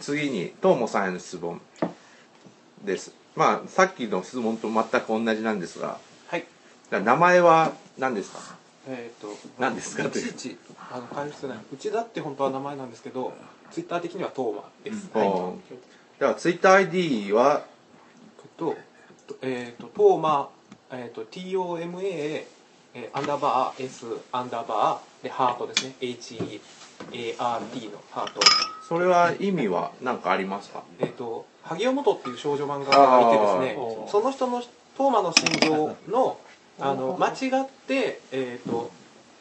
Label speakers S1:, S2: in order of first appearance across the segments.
S1: 次にトーモさんへの質問ですまあさっきの質問と全く同じなんですが
S2: はい。
S1: 名前は何ですか
S2: えっ、と、
S1: 何ですかという
S2: ちいち、あの、回復ない。うちだって本当は名前なんですけど、ツイッター的にはトーマです。
S1: うん
S2: はい。
S1: おーではツイッター ID は
S2: と、えっ、と、トーマ、えっ、と、T. O. M. A. えー、アンダーバー S アンダーバーでハートですね HEART のハート
S1: それは意味は何かありますか
S2: えっ、と萩尾元っていう少女漫画がいてですね
S3: あー
S2: その人のトーマの心情のあの間違って、えー、と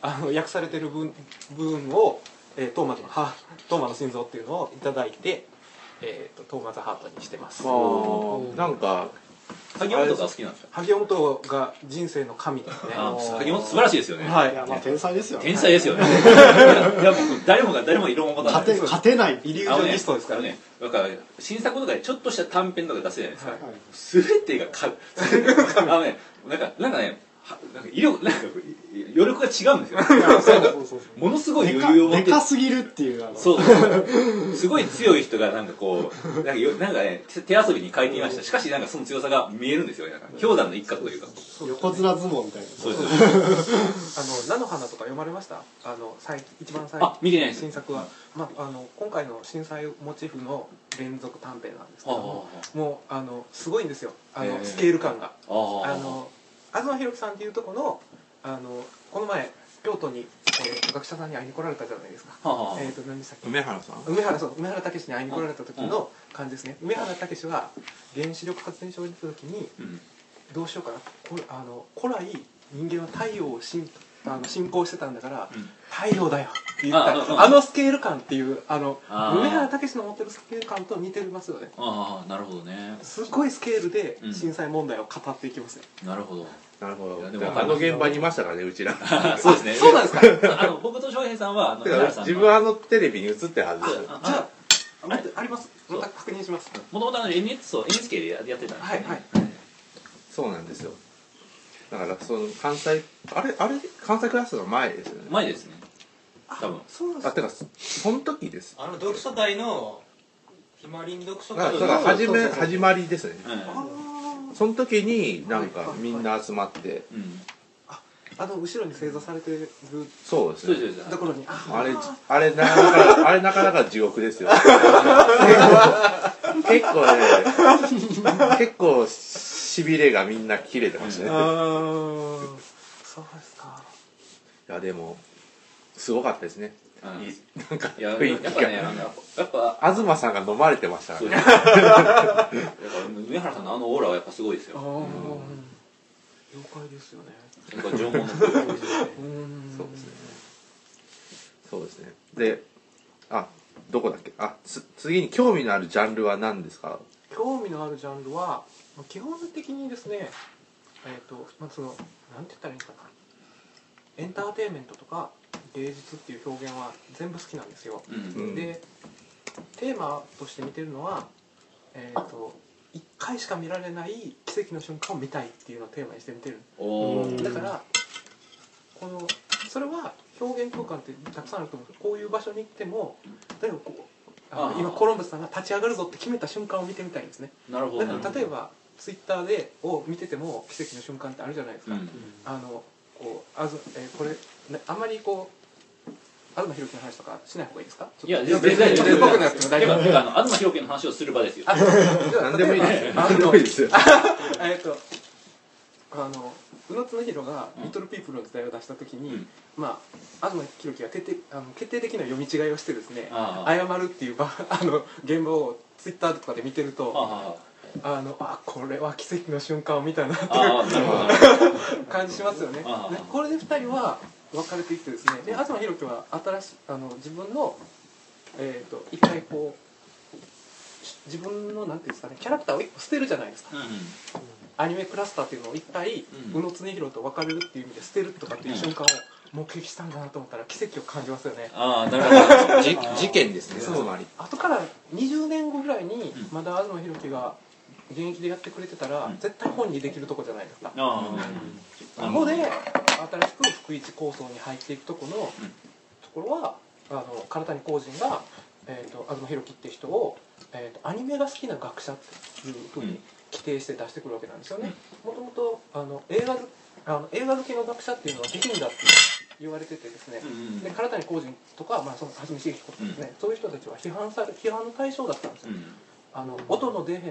S2: あの訳されてる文文を、えー、トーマのはトーマの心臓っていうのをいただいて、えー、とトーマザハートにしてます
S3: ー
S1: なんか
S4: 萩本が好きなんですよ
S2: 萩尾元が人生の神ですね
S4: あ
S2: は
S3: ー
S4: 萩本素晴らしいですよね、
S3: いや
S2: い
S3: まあ天才ですよ、ね、
S4: 天才で すよねいや僕誰もが誰も異論を持た
S3: 勝
S4: ない
S3: て勝てない
S2: イリュ
S4: あ
S2: ージ
S4: の
S2: ョ
S4: ね
S2: ンリストですからね
S4: あのねなんか新作とかでちょっとした短編とか出すじゃないですか、
S2: はい
S4: すべてがか あのねなんかなんかねはなんか威力なんか余力が違うんですよ
S3: そうそうそう
S4: ものすごい
S3: でか
S4: 余裕を持っ
S3: で
S4: て
S3: かすぎるっていうあの
S4: そう すごい強い人がなんかこうなんかよなんかね手手遊びに変えていましたしかしなんかその強さが見えるんですよねなんか氷山の一角というか
S3: 横綱相撲みたいな
S4: そうで
S2: あ
S4: す
S2: の菜の花とか読まれましたあの最近一番最
S4: あ見てないです
S2: 新作は、まあ、あの今回の震災をモチーフの連続短編なんですけ
S4: ああ
S2: どももうあのすごいんですよあの、
S4: ええ
S2: スケール感が
S4: ああ
S2: あの東博樹さんっていうとこのあのこの前京都に、えー学者さんに会いに来られたじゃないですか
S4: ああ
S2: えっ、と何でしたっけ
S1: 梅原さん
S2: 梅原そう梅原武に会いに来られた時の感じですね梅原武は原子力発電所に行った時に
S4: うん
S2: どうしようかなこあの古来人間は太陽を信あの信仰してたんだから、
S4: うん
S2: 太陽だよって言った
S4: あ
S2: あ
S4: ああ
S2: のスケール感っていうあの
S4: あー
S2: 梅原武の持ってるスケール感と似てますよね
S4: ああなるほどね
S2: すごいスケールで
S4: うん
S2: 震災問題を語っていきますよ、
S4: なるほど
S1: なるほ
S4: い
S1: ど
S4: や
S1: あ
S4: でも
S1: の現場にいましたからねうち ら
S4: あそうですね
S2: そうなんですかじ
S4: あの僕と翔平さんはあの
S1: て
S4: 奈良
S1: か
S4: さん
S1: 自分はあのテレビに映ってるはずですよ
S4: ああ
S2: ゃあ待ってありますまた確認します
S4: もともとあの NH そう NHK でやってたんですよね
S2: はいはい
S1: そうなんですよだからその関西あれあれ関西クラスの前ですよね
S4: 前ですね多分
S2: そうなんで
S1: あ
S2: す
S1: て
S2: か
S1: かその時です
S5: あの読書会のひまりん読書
S1: だから
S5: 会
S1: だ
S5: の
S1: から始
S3: そう
S1: め
S3: そうそう
S1: 始まりですね
S2: あ
S4: う
S2: ー
S1: その時になんかみんな集まって
S4: んうん
S2: あの後ろに正座されてる
S1: そうです
S4: そうで
S1: ね
S4: すそうです
S2: ところにあ
S1: あれあれなかなかあれなかなか地獄ですよ結構ね結構しびれがみんな切れてましたね
S2: ーそうですか
S1: いやでもすごかったですね
S4: うん
S1: いいなんか
S4: いや
S1: 雰囲
S4: やっ
S1: 気
S4: ぱ
S1: が、
S4: ねあのやっぱ
S1: 東さんが飲まれてましたか
S4: そう
S1: ら
S4: で
S1: ね
S4: すねだから梅原さんのあのオーラはやっぱすごいです
S2: ああ
S4: よ
S2: 妖怪ですよね
S4: やっぱ縄文の人ですよね
S2: うん
S1: そうですねそうですねであどこだっけあつ次に興味のあるジャンルは何ですか
S2: 興味のあるジャンルはまあ基本的にですねえっ、とまあそのなんて言ったらいいんですかなエンターテインメントとか芸術っていう表現は全部好きなんですよ、
S4: うん
S1: うん
S2: でテーマとして見てるのはえっ、と一回しか見られない奇跡の瞬間を見たいっていうのをテーマにして見てる
S4: お
S3: う
S4: お
S3: ん
S2: だからこのそれは表現空間ってたくさんあると思うこういう場所に行っても例えばこうあ
S4: あ
S2: の
S4: ー
S2: 今コロンブスさんが立ち上がるぞって決めた瞬間を見てみたいんですね
S4: なるほ
S2: だ
S4: ど
S2: から例えばツイッターでを見てても奇跡の瞬間ってあるじゃないです
S4: う
S2: か、
S4: ん
S2: あのこうあず、えーこれ、ね、あんまりこう東博樹の話とかしない方がいいですか
S4: いや
S2: ちょ
S4: 全
S2: っと
S4: 然
S2: ちょっと僕のやつも大
S4: て
S2: 丈
S4: か
S2: 夫
S4: てかあの東洋平の話をする場ですよ
S2: あじゃあ
S1: 何でもいいです
S2: 例
S1: よ
S2: えばあ
S1: 何で
S2: の
S1: もいいですよ
S2: えっとあの宇野恒弘が「リトルピープルの時代」を出した時に、
S4: うん
S2: まあ東博樹が徹底あの決定的な読み違いをしてですね
S4: ああ
S2: 謝るっていう場あの現場をツイッターとかで見てると
S4: あ
S2: あのあこれは奇跡の瞬間を見たな
S4: あああなるほどなるほ
S2: 感じしますよねで
S4: ああ
S2: これで2人は別れていってですねで東博樹は新しいあの自分のえっ、と一回こう自分のなんていうんですかねキャラクターを一個捨てるじゃないですか
S4: どうんうん
S2: アニメクラスターっていうのを一回、
S4: うん
S2: 宇野恒弘と別れるっていう意味で捨てるとかっていう瞬間を目撃したんだなと思ったら奇跡を感じますよね
S4: ああなるほど
S1: じ事件ですねつ
S2: そう
S1: まり
S2: 後から20年後ぐらいに
S4: うん
S2: まだ東博樹が現役でやってくれてたら、
S4: うん
S2: 絶対本にできるとこじゃないですか、
S4: ああ
S2: ここで新しく福一構想に入っていくとこの、ところはあの唐谷浩人がえー、と東博樹って人を、えー、とアニメが好きな学者っていうふうに規定して出してくるわけなんですよね。もともとあの映画あの映画好きの学者っていうのは下品だって言われててですね、
S4: うん
S2: で唐谷浩二とか、まあ、その橋見茂彦とかですね、そういう人たちは批判され批判の対象だったんですよ。
S4: うん
S2: あの音の出へん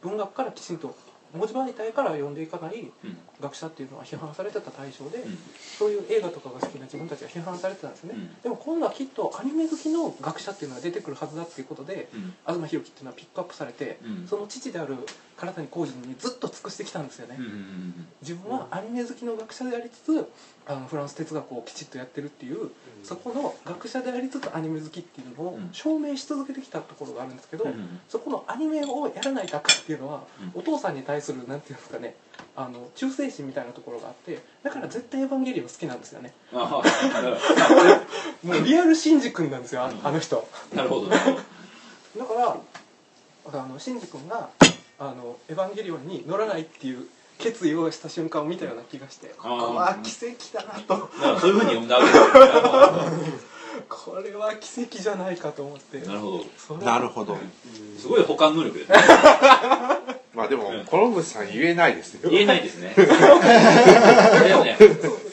S2: 文学からきちんと文字媒体から読んでいかない
S4: うん
S2: 学者っていうのは批判されてた対象で、
S4: うん
S2: そういう映画とかが好きな自分たちが批判されてたんですね、
S4: うん
S2: でも今度はきっとアニメ好きの学者っていうのが出てくるはずだっていうことで
S4: うん
S2: 東博樹っていうのはピックアップされて、
S4: うん
S2: その父である唐谷浩二にずっと尽くしてきたんですよね、
S4: うんうん
S2: 自分はアニメ好きの学者でありつつあのフランス哲学をきちっとやってるっていうそこの学者でありつつアニメ好きっていうのを
S4: うん
S2: 証明し続けてきたところがあるんですけど、
S4: うんうん
S2: そこのアニメをやらないとあかんっていうのは、
S4: う
S2: お父さんに対するなんていうんですかねあの忠誠心みたいなところがあってだから絶対エヴァンゲリオン好きなんですよね
S4: あ
S2: もうリアルシンジ君なんですよあのあの人
S4: あなるほどなるほど
S2: だからあのシンジ君があのエヴァンゲリオンに乗らないっていう決意をした瞬間を見たような気がして
S3: こ
S4: あ
S3: は奇跡だなと
S4: ーだからそういうふうに読んだわけだね
S2: これは奇跡じゃないかと思って
S4: なるほど
S2: それ
S1: なるほど
S4: すごい保管能力ですね
S1: まあでもコロンブスさん言えないですよ
S4: 言えないですねいやね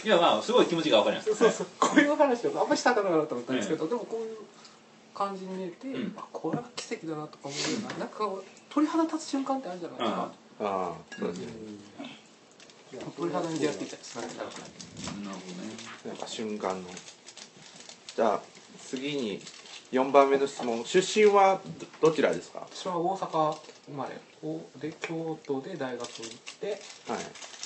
S4: いやまあすごい気持ちがわかります
S2: そうそうそうこういう話をあんまりしたかったなと思ったんですけど、でもこういう感じに見えて、
S4: うん
S2: あこれは奇跡だなとか思うようななんか鳥肌立つ瞬間ってあるじゃないですか、
S1: ああそうですね
S2: 鳥肌に出会ってきたりするんですよ
S4: なるほどね
S1: なんか瞬間のじゃあ次に4番目の質問出身はどどちらですか
S2: 私は大阪生まれをで京都で大学に行って、
S1: はい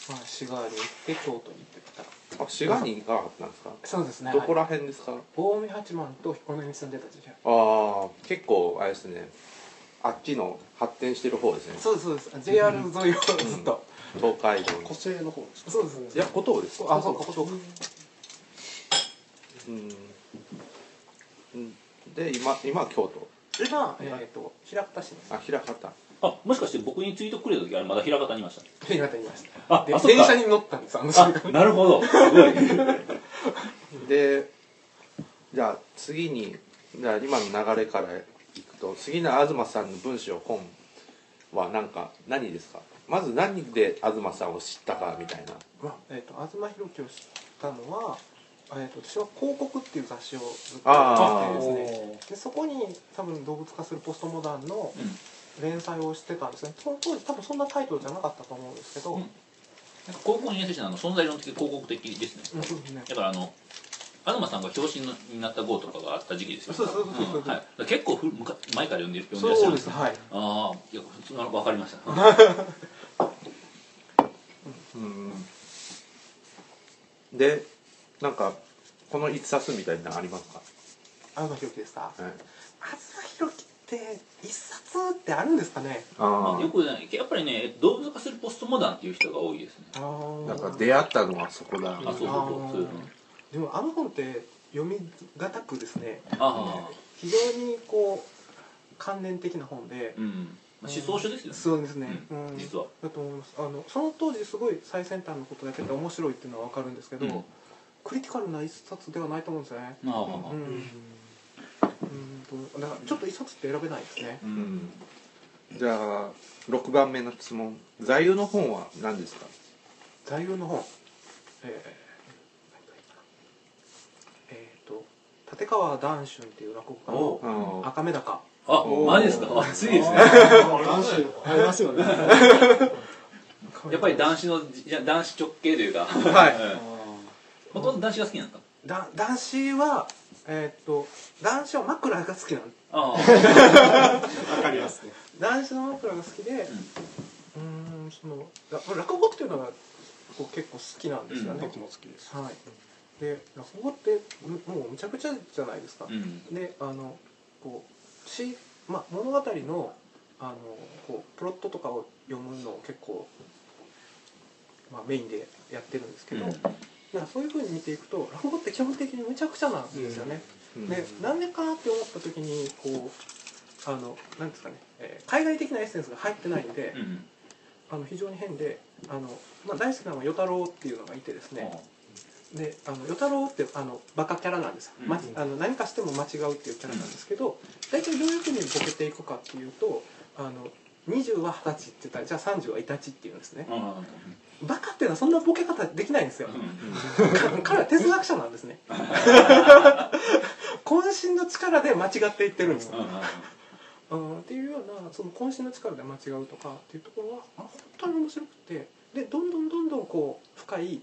S2: まあ、滋賀に行って京都に行ってきた
S1: あ滋賀に行かなかったんですか
S2: そうですね
S1: どこ
S2: ら、
S1: ら辺ですか、
S2: 大見八幡と彦根に住んでた時期
S1: ああ結構あれですねあっちの発展してる方ですね
S2: そうですそうです JR 沿いをずっと、
S1: 東海道
S3: 個
S1: に
S3: 性の方です
S2: そうです
S1: いや五島ですか
S2: あそうかそうか
S1: うんうんで今今は京都
S2: 今、えー、と平方市です
S1: あ枚方
S4: あもしかして僕にツイートくれた時あれまだ平方にいました
S2: 平方にいました
S4: あ
S2: で
S4: あそっ
S2: 電
S4: か
S2: 車に乗ったんですあの瞬間
S4: あなるほどすごい
S1: でじゃあ次にじゃあ今の流れからいくと次の東さんの文章本は何か何ですかまず何で東さんを知ったかみたいな
S2: まあえー、と東博樹を知ったのは、えー、と私は「広告」っていう雑誌をずっとや
S1: あ
S2: って
S1: ー
S2: てですねでそこに多分動物化するポストモダンの連載をしてたんですねその当時多分そんなタイトルじゃなかったと思うんですけど、
S4: うんなんか高校2年生のあの存在論的広告的ですね
S2: うんそうですね
S4: だからあの東さんが表紙になった号とかがあった時期ですよね
S2: そうそうそうそうそう
S4: はい、だから結構ふむか前から読んでる読んでらっしゃ
S2: そ
S4: る
S2: うんで
S4: です
S2: す
S4: ね
S2: はい
S4: ああいや普通なの分かり ました
S1: うんでなんかこのいきさつみたいなのあります
S2: 東博樹ですか
S1: か、はい、
S2: 東博樹って一冊ってあるんですかね
S1: あ
S4: よくねやっぱりね動物化するポストモダンっていう人が多いですね
S2: あー
S1: なんか出会ったのはそこだ
S4: あそうそうそうそういうの
S2: でもあの本って読みがたくですね
S4: ああ
S2: 非常にこう関連的な本で、
S4: うんまあ思想書ですよね
S2: そうですね、うん
S4: 実は
S2: だと思いますあのその当時すごい最先端のことをやってて面白いっていうのは分かるんですけど、
S4: うん
S2: クリティカルな一冊ではないと思うんですよね
S4: ああ
S2: うんうんとだからちょっと一冊って選べないですね
S4: う
S1: うんんじゃあ6番目の質問座右の本は何ですか
S2: 座右の本えーえーと立川談春っていう落語家
S1: おう
S2: の赤目高
S4: あ
S1: おー
S4: マジですか熱いですね
S3: 男子ありますよね
S4: やっぱり男子のいや男子直系というか
S2: はい
S4: もともと男子が好きなんですか
S2: だ男子はえーっと男子は枕が好きなん
S4: ああ
S3: わかりますね
S2: 男子の枕が好きで、うーんそのら落語っていうのがこう結構好きなんですよね、
S3: 僕も好きです
S2: はいで落語ってむもうむちゃくちゃじゃないですか、
S4: うん
S2: であのこうし、ま、物語のあのこうプロットとかを読むのを結構、まあ、メインでやってるんですけど、
S4: うん
S2: なんかそういうふうに見ていくと落語って基本的にむちゃくちゃなんですよね、
S1: うん
S2: でなんでかなって思った時にこうあのなんですかね、えー海外的なエッセンスが入ってないんで、
S4: うん
S2: あの非常に変であの、まあ、大好きなのは与太郎っていうのがいてですね、であの与太郎ってあのバカキャラなんですよ、
S4: うん
S2: まあの何かしても間違うっていうキャラなんですけど大体どういうふうにボケていくかっていうとあの20は二十歳って言ったらじゃあ30はいたちっていうんですねバカっていうのはそんなボケ方できないんですよか彼は哲学者なんですね渾身の力で間違っていってるんですよ、うん、っていうようなその渾身の力で間違うとかっていうところはあ本当に面白くてでどんどんどんどんこう深い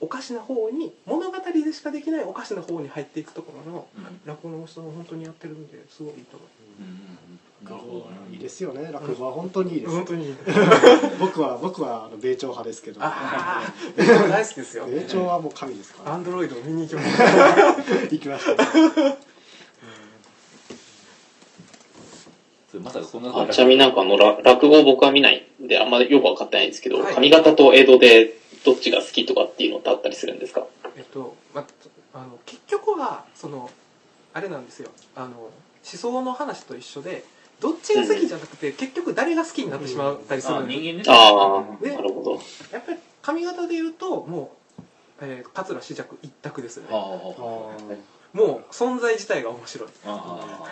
S2: おかしな方に物語でしかできないおかしな方に入っていくところの落語の面白さを本当にやってるんですごいいいと思
S3: いいですよね落語は本当にいい
S2: い
S3: で
S2: ますす本当にいい
S3: 僕は僕はあの米朝派ですけど
S2: ああ大好きですよ
S3: 米朝はもう神ですから
S2: ア
S3: ね
S2: ンドロイドを見に行きました
S3: 行きましたね
S4: それまさかこんな
S6: あちなみになんかあの、ら落語を僕は見ないんで、あんまりよくわかってないんですけど、
S2: はい
S6: 上方と江戸でどっちが好きとかっていうのってあったりするんですか
S2: えっと、まあの結局はそのあれなんですよあの思想の話と一緒でどっちが好きじゃなくて、結局誰が好きになってしまったりするんですよ、
S4: 人間ね
S6: ああ、
S2: ね
S6: なるほど。
S2: やっぱり髪型で言うともう、えー、桂四尺一択ですよね
S3: あ
S4: あ
S3: ー
S2: もう存在自体が面白い
S4: あ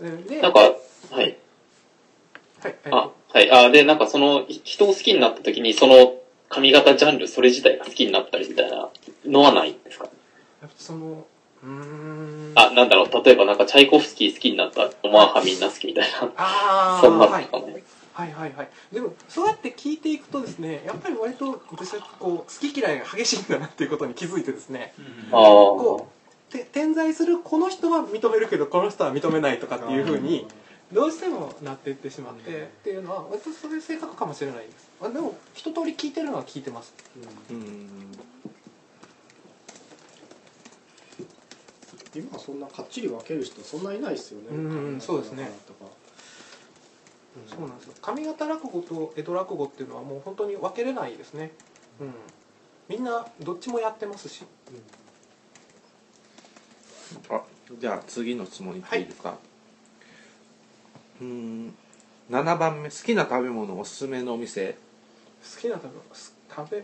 S2: でで
S6: なんか、はい。
S2: はいえっ
S6: あ
S2: と、
S6: はい。あで、なんかその、ひ人を好きになった時に、その髪型ジャンル、それ自体が好きになったりみたいなのはないんですか
S2: やっぱそのうーん
S6: あ、なんだろう、例えばなんかチャイコフスキー好きになったオマーハみんな好きみたいな。
S2: あー
S6: そんな
S2: は
S6: の
S2: い
S6: とかね。
S2: はいはいはいでもそうやって聞いていくとですねやっぱり割と私はこう好き嫌いが激しいんだなっていうことに気づいてですね
S6: ああ。
S2: こうて点在するこの人は認めるけどこの人は認めないとかっていうふうにどうしてもなっていってしまってっていうのは私そういう性格かもしれないですあでも一通り聞いてるのは聞いてます
S1: うん
S3: 今はそんなかっちり分ける人そんないないですよね
S2: うんうんそうですね
S3: とか
S2: そうなんですよ上方落語と江戸落語っていうのはもう本当に分けれないですねうんみんなどっちもやってますし
S1: あじゃあ次の質問いっていいですか、うーん7番目好きな食べ物おすすめのお店
S2: 好きな食べす食べ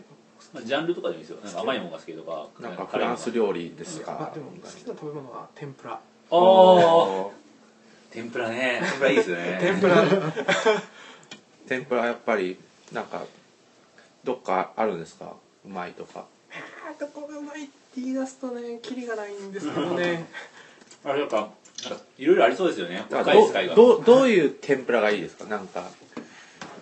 S4: ジャンルとかでもいいですよなんか甘いものが好きとか
S1: なんかフランス料理です
S2: あ
S1: か
S2: でも好きな食べ物は天ぷら
S4: ああ天ぷらね天ぷらいいですよね
S2: 天ぷら
S1: 天ぷらやっぱりなんかどっかあるんですかうまいとか
S2: どこがうまいって言い出すとねキリがないんですけどね
S4: あれなんかなんかいろいろありそうですよね
S1: だ
S4: 若
S1: か
S4: い
S1: ら
S4: 世界が
S1: どどどういう天ぷらがいいですかなんか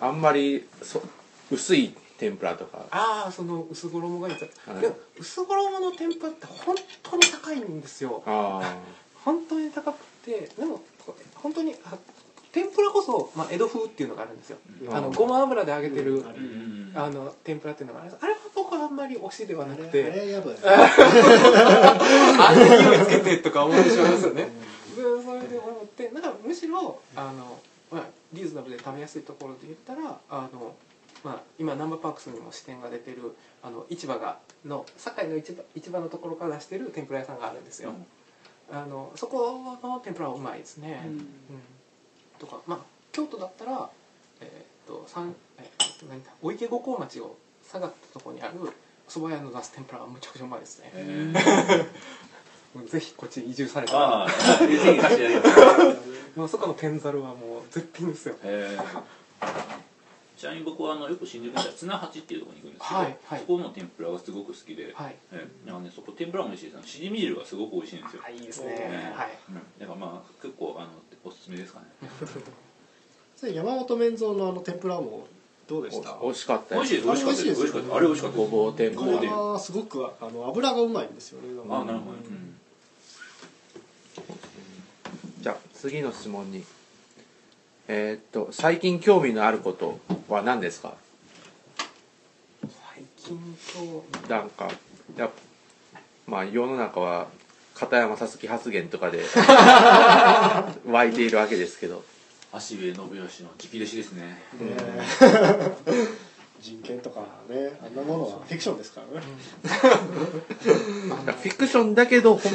S1: あんまりそ薄い天ぷらとか
S2: ああその薄衣がいいです
S1: はい
S2: でも薄衣の天ぷらって本当に高いんですよ
S1: あ
S2: 本当に高くてでも本当にあ天ぷらこそ、まあ、江戸風っていうのがあるんですよ
S1: うん
S2: あのごま油で揚げてる、
S3: う
S4: う
S3: ん
S4: んうんうん
S2: あの天ぷらっていうのがあるんですあれは僕はあんまり推しではな
S3: あ
S2: く
S3: れあ
S2: て
S3: れやばい
S2: あんなに匂いつけてとか思ってしまいますよねでそれで思ってなんかむしろあの、まあ、リーズナブルで食べやすいところで言ったらあの、まあ、今ナンバーパークスにも支店が出てるあの市場がの堺の市場市場のところから出してる天ぷら屋さんがあるんですよ、あのそこの天ぷらはうまいですね、うんとかまあ京都だったらえーっと三えー何だお池五光町を下がったところにある蕎麦屋の出す天ぷらはむちゃくちゃうまいですね、
S4: へー
S2: ぜひこっちに移住されたら
S4: ああ別に貸してやるよ
S2: まさかの天ざるはもう絶品ですよ
S4: へーちなみに僕はあのよく新宿にある綱八っていうところに行くんですけど、
S2: はいはい
S4: そこの天ぷらがすごく好きで、
S2: はい
S4: ええなんかね、そこ天ぷらも美味しいですあのしじみ汁がすごく美味しいんですよ、
S2: いいです
S4: ね
S2: はい
S4: うん、だからまあ結構あのおすすめですかね
S3: それ山本面蔵のあの天ぷらもどうでした
S1: あ美味しかった
S4: 美味しいです美味しかったです美味しかったあれ美味しかった
S1: ごぼう天
S3: こ
S1: ぷ
S3: れ
S1: ら
S4: で
S3: はすごくあの油がうまいんですよね
S4: ああなるほど、うん
S1: じゃあ次の質問にえーっと最近興味のあることは何ですか
S2: 最近と
S1: なんかやっぱまあ世の中は片山さつき発言とかで 湧いているわけですけど
S4: 足部信義の直弟子ですね
S3: ねえ 人権とかねあんなものはフィクションですからね
S1: なんかフィクションだけどほん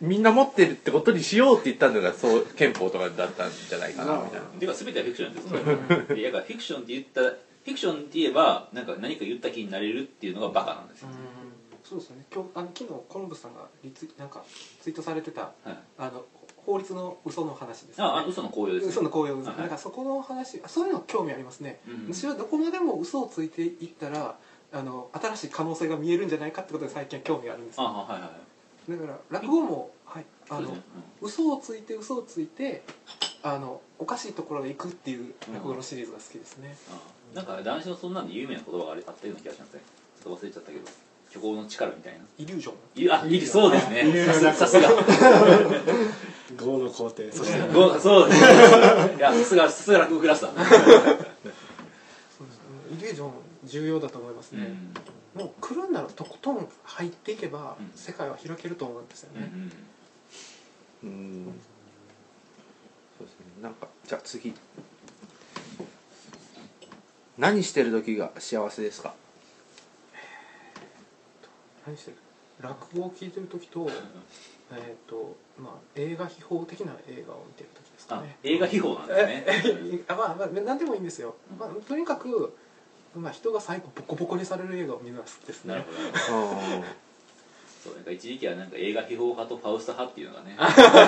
S1: みんな持ってるってことにしようって言ったのがそう憲法とかだったんじゃないかなみたいな
S4: ていうか全てはフィクションなんですよいやだからフィクションって言ったフィクションって言えばなんか何か言った気になれるっていうのがバカなんですよ、
S2: うそうですよね今日あの昨日コロンブスさんがリツイなんかツイートされてた
S4: はい、
S2: あの法律の嘘の話です、ね、
S4: ああ嘘の紅葉です
S2: 嘘
S4: ね
S2: の公用です、ね
S4: はい
S2: なんかそこの話あそういうの興味ありますね、
S4: うん
S2: むしろどこまでも嘘をついていったらあの新しい可能性が見えるんじゃないかってことで最近は興味があるんです
S4: あ
S2: よ
S4: あはいはいはい
S2: だから落語も、はい、あ
S4: そうです
S2: の
S4: ね
S2: 嘘をついて嘘をついてあのおかしいところへ行くっていう落語のシリーズが好きですね、
S4: うんなんか男子のそんなんで有名な言葉があれあったような気がしますねちょっと忘れちゃったけど虚構の力みたいな
S2: イリュージョン
S4: いあいるそうです
S3: い
S4: ね
S3: る
S4: さすさすが
S3: 五の工程そして
S4: ごそうですねいやさすがさすが落語クラスだ
S2: イリュージョン重要だと思います
S4: う
S2: ね、
S4: ん
S2: もう来るんならとことん入っていけば
S4: うん
S2: 世界は開けると思うんですよ
S4: うんう
S2: ね、
S4: ん
S1: うんそうですねなんかじゃあ次何してる時が幸せですか
S2: 何してる落語を聞いてる時と,、えーとまあ、映画秘宝的な映画を見てる時ですか
S4: あ
S2: ね
S4: 映画秘宝なんですね
S2: あまあ、まあ、何でもいいんですよ、まあ、とにかく、まあ、人が最後ボコボコにされる映画を見るのが好きです
S4: なる
S2: ね
S4: ほど
S1: あ
S4: そうなんか一時期はなんか映画秘宝派とパウスタ派っていうのがね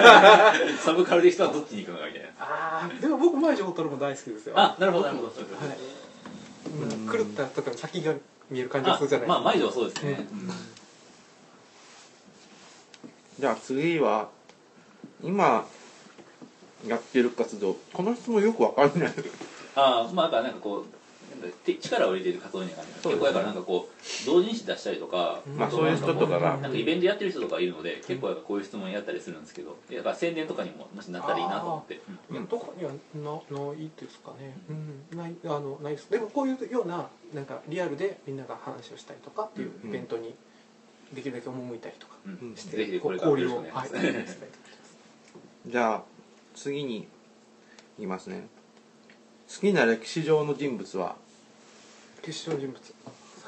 S4: サブカルで人はどっちに行くのかみたいな
S2: ああでも僕前城太郎も大好きですよ
S4: あなるほどなるほど
S2: はい
S1: うん
S2: 狂ったとか先が見える感じがするじゃない
S4: まあ毎度はそうですね、
S1: じゃあ次は今やってる活動この質問よくわかんない
S4: ああまあだからなんかこうなんかて力を入れてる活動には、ね、
S1: そう
S4: 結
S1: ですね
S4: 構だからなんかこう同人誌出したりとか、
S2: うん
S1: まあそういう人とかが
S4: なんかイベントやってる人とかいるので結構やっぱこういう質問やったりするんですけどだから宣伝とかにももしなったらいいなと思って
S2: いやどこにはなないですかね、うん、ないあのないですでもこういうようななんかリアルでみんなが話をしたりとかっていうイベントにできるだけ赴いたりとか
S4: うん
S1: うん
S2: して、
S4: ぜひこれからよ
S2: 交
S4: ろ
S2: 流
S4: しく
S2: を
S4: お願いし
S2: は
S4: ま
S2: いし
S4: す、
S2: たいと思います
S1: じゃあ次にいきますね好きな歴史上の人物は
S2: 決勝人物さ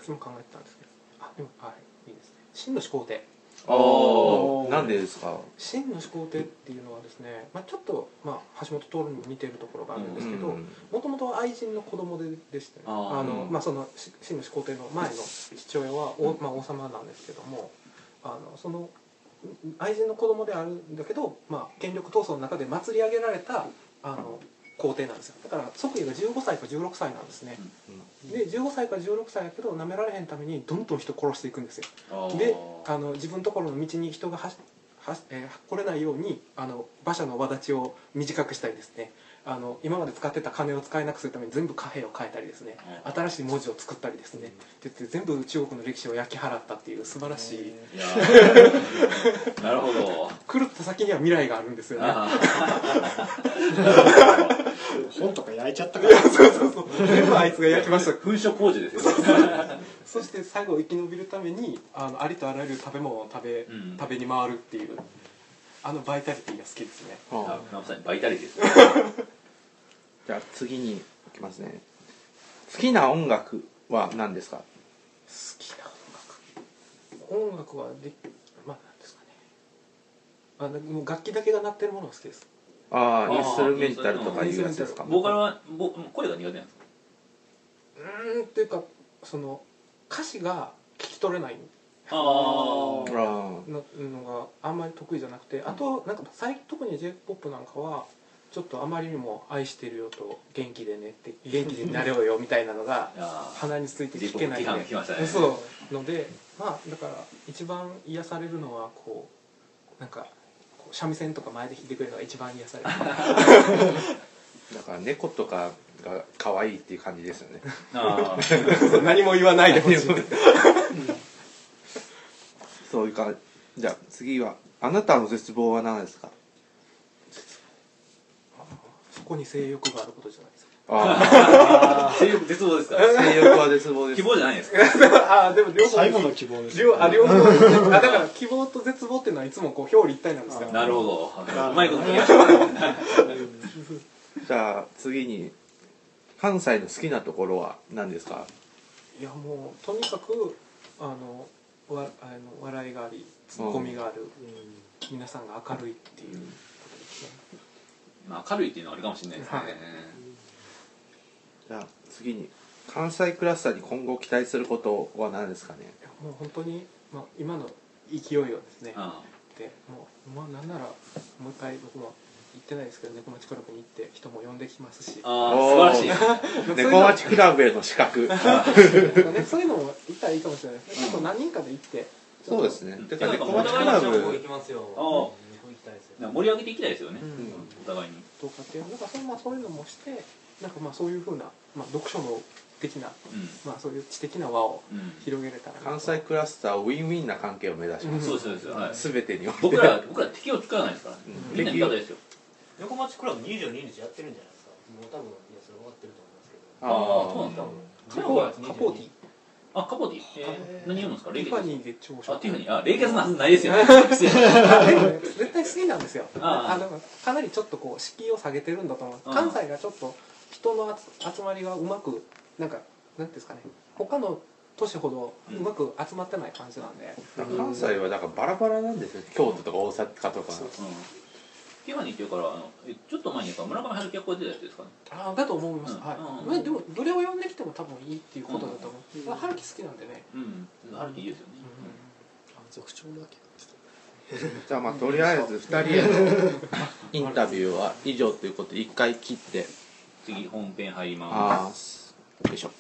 S2: っきも考えてたんですけどあでもはいいいですね真の始皇帝
S3: おー
S1: なんでですか
S2: 真の始皇帝っていうのはですね、まあ、ちょっと、まあ、橋本徹にも似てるところがあるんですけど、
S1: うん
S2: もともと愛人の子供ででしたね
S4: あー
S2: あの、
S1: うん
S2: まあ、そのし秦の始皇帝の前の父親は王,、まあ、王様なんですけどもあのそのうん愛人の子供であるんだけど、まあ、権力闘争の中で祭り上げられたあの皇帝なんですよだから即位が15歳か16歳なんですね、で15歳か16歳やけどなめられへんためにどんどん人殺していくんですよ
S4: あー
S2: であの自分のところの道に人がはしはし、えー来れないようにあの馬車の輪立ちを短くしたりですねあの今まで使ってた金を使えなくするために全部貨幣を変えたりですね
S4: あー
S2: 新しい文字を作ったりですねって言って全部中国の歴史を焼き払ったっていう素晴らしい
S4: いやー なるほど
S2: 狂った先には未来があるんですよね
S4: あ
S3: 本とか焼いちゃったから
S2: 全部あいつが焼きました
S4: ー噴書工事ですよ
S2: そして最後生き延びるためにあのありとあらゆる食べ物を食べ,、
S4: うん
S2: 食べに回るっていうあのバイタリティが好きですね
S1: あ
S4: あまさにバイタリティです
S1: じゃあ次に行きますね好きな音楽は何ですか
S2: 好きな音楽音楽はでまあ何ですかねあのもう楽器だけが鳴ってるものが好きです
S1: ああ
S4: あー
S1: インストゥルメンタルとかいうやつですか
S4: ボーカルはボ声が苦手なんですか
S2: うーんっていうかその歌詞が聞き取れない
S4: あ
S1: あー
S2: ののがあんまり得意じゃなくてあとなんか最特に j p o p なんかはちょっとあまりにも「愛してるよ」と「元気でね」って「元気になれよよ」みたいなのが
S4: あ
S2: 鼻について聞けない
S4: J-POP 批判が来ましたね
S2: そうのでまあだから一番癒されるのはこうなんかこう三味線とか前で弾いてくれるのが一番癒される
S1: だから猫とかが可愛いっていう感じですよね
S4: あ
S2: 何も言わないでほしい
S1: そういう感じじゃあ次はあなたの絶望は何ですか
S2: そこに性欲があることじゃないですか
S1: あ
S4: 性 欲絶望ですか
S1: あ性欲は絶望で
S4: 希
S1: す
S4: 望じゃないですか
S2: ああでも両方
S3: 最後の希望ですね
S2: 両あ両方 あだから希望と絶望っていうのはいつもこう表裏一体なんですよ
S4: なるほどうまいこと言いま
S1: じゃあ次に関西の好きなところは何ですか
S2: いやもうとにかくあのわあの笑いがありツッコミがある、皆さんが明るいっていうことですね
S4: 明るいっていうのはあれかもしれないですね
S2: はい
S1: じゃあ次に関西クラスターに今後期待することは何ですかね
S2: もう本当に、まあ、今の勢いをですね
S4: あ
S2: でもう、まあ、なんならもう一回僕も行ってないですけど猫町クラブに行って人も呼んできますし
S4: あー素晴らしい
S2: そういうの
S1: 猫町クラブへの資格
S2: ねそういうのも行ったらいいかもしれないですねちょっと何人かで行って
S1: そうですねてか
S4: うん
S1: 猫
S5: お
S1: 町ク
S5: 互い
S1: ラ
S5: の情報行
S1: ブ
S5: きますよ。
S4: ああ
S5: うん旅行行きたいですよ。
S4: なんか盛り上げていきたいですよね、
S1: ん
S4: お互いに
S2: とかっていうなんかそう,、まあ、そういうのもしてなんかまあそういうふうな、まあ、読書の的な、
S4: う
S2: まあ、そういう知的な輪を
S4: ん、うん
S2: 広げれたらなと
S1: 関西クラスターウィンウィンな関係を目指します、
S4: そうですそうですはい
S1: 全てにおいて
S4: 僕ら 僕ら敵を作らないですから、ね、
S1: うん
S4: みんな味方ですよ
S5: 横町クラブ22日やってるんじゃないですか。もう多分、いや、それ終わってると思いますけ
S1: あ
S5: ど。
S4: ああそうな
S1: ー
S4: んだ
S2: カポ
S5: 多分
S2: カポーティ
S4: あカポティ、えー、何読むんですか冷
S2: ティファ
S4: 血
S2: ニーで朝食
S4: あティファニーあ冷血なはずないです よね失礼しました
S2: あでもね絶対好きなんですよ
S4: ああ
S2: あのかなりちょっとこう敷居を下げてるんだと思う
S4: うん
S2: 関西がちょっと人の集集まりがうまくなんかなんていうんですかね他の都市ほど
S4: うん
S2: うまく集まってない感じなんで、
S1: 関西はだからバラバラなんですよ京都とか大阪とか
S4: うんティファニーっていうからあのえちょっと前になんか村上春樹がこうやってたやつですかね
S2: ああだと思います、
S4: うん
S2: はい、
S4: うん
S2: まあでもどれを読んできても多分いいっていうことだと思う、
S3: うん
S2: まあ春樹好きなんでね、
S4: うん春樹いいですよね、
S3: 族長なわけ
S1: じゃあまあとりあえず2人へ のインタビューは以上ということで1回切って
S4: 次本編入ります
S1: ああよいしょ